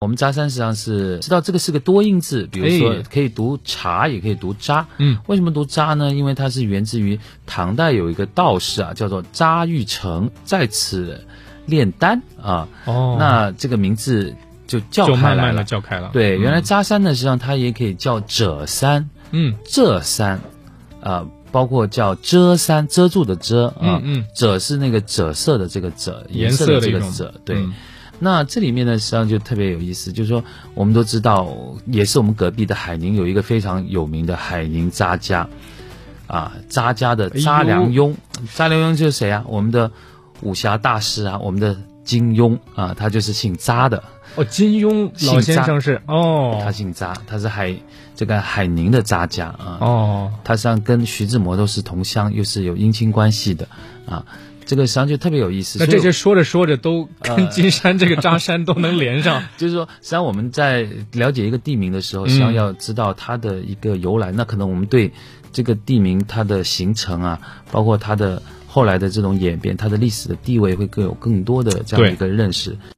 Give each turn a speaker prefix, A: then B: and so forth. A: 我们扎山实际上是知道这个是个多音字，比如说
B: 哎
A: 可以读茶，也可以读扎。
B: 嗯，
A: 为什么读扎呢？因为它是源自于唐代有一个道士啊，叫做扎玉成，在此炼丹啊。
B: 哦
A: 那这个名字就叫
B: 就
A: 开
B: 慢
A: 来
B: 慢
A: 了。
B: 的叫嗯开了。
A: 对，原来扎山呢，实际上它也可以叫者山、
B: 嗯，
A: 这山，啊，包括叫遮山，遮住的遮啊
B: 嗯，嗯
A: 者是那个赭色的这个赭，
B: 颜
A: 颜
B: 色
A: 色
B: 的
A: 这个
B: 一种
A: 赭，对。
B: 嗯
A: 那这里面呢，实际上就特别有意思，就是说，我们都知道，也是我们隔壁的海宁有一个非常有名的海宁扎家，啊，扎家的
B: 哎呦
A: 查良镛，查良镛就是谁啊？我们的武侠大师啊，我们的金庸啊，他就是姓扎的，
B: 哦，金庸老
A: 姓
B: 先
A: 张
B: 生是哦
A: 他姓扎，他是海这个海宁的扎家啊，
B: 哦，
A: 他实际上跟徐志摩都是同乡，又是有姻亲关系的啊，这个实际上就特别有意思。
B: 那
A: 所以
B: 这些说着说着都跟
A: 呃
B: 金山这个扎山都能连上。
A: 就是说，实际上我们在了解一个地名的时候，
B: 嗯
A: 实际上要知道它的一个由来。那可能我们对这个地名它的形成啊，包括它的后来的这种演变，它的历史的地位会更有更多的这样
B: 对
A: 一个认识。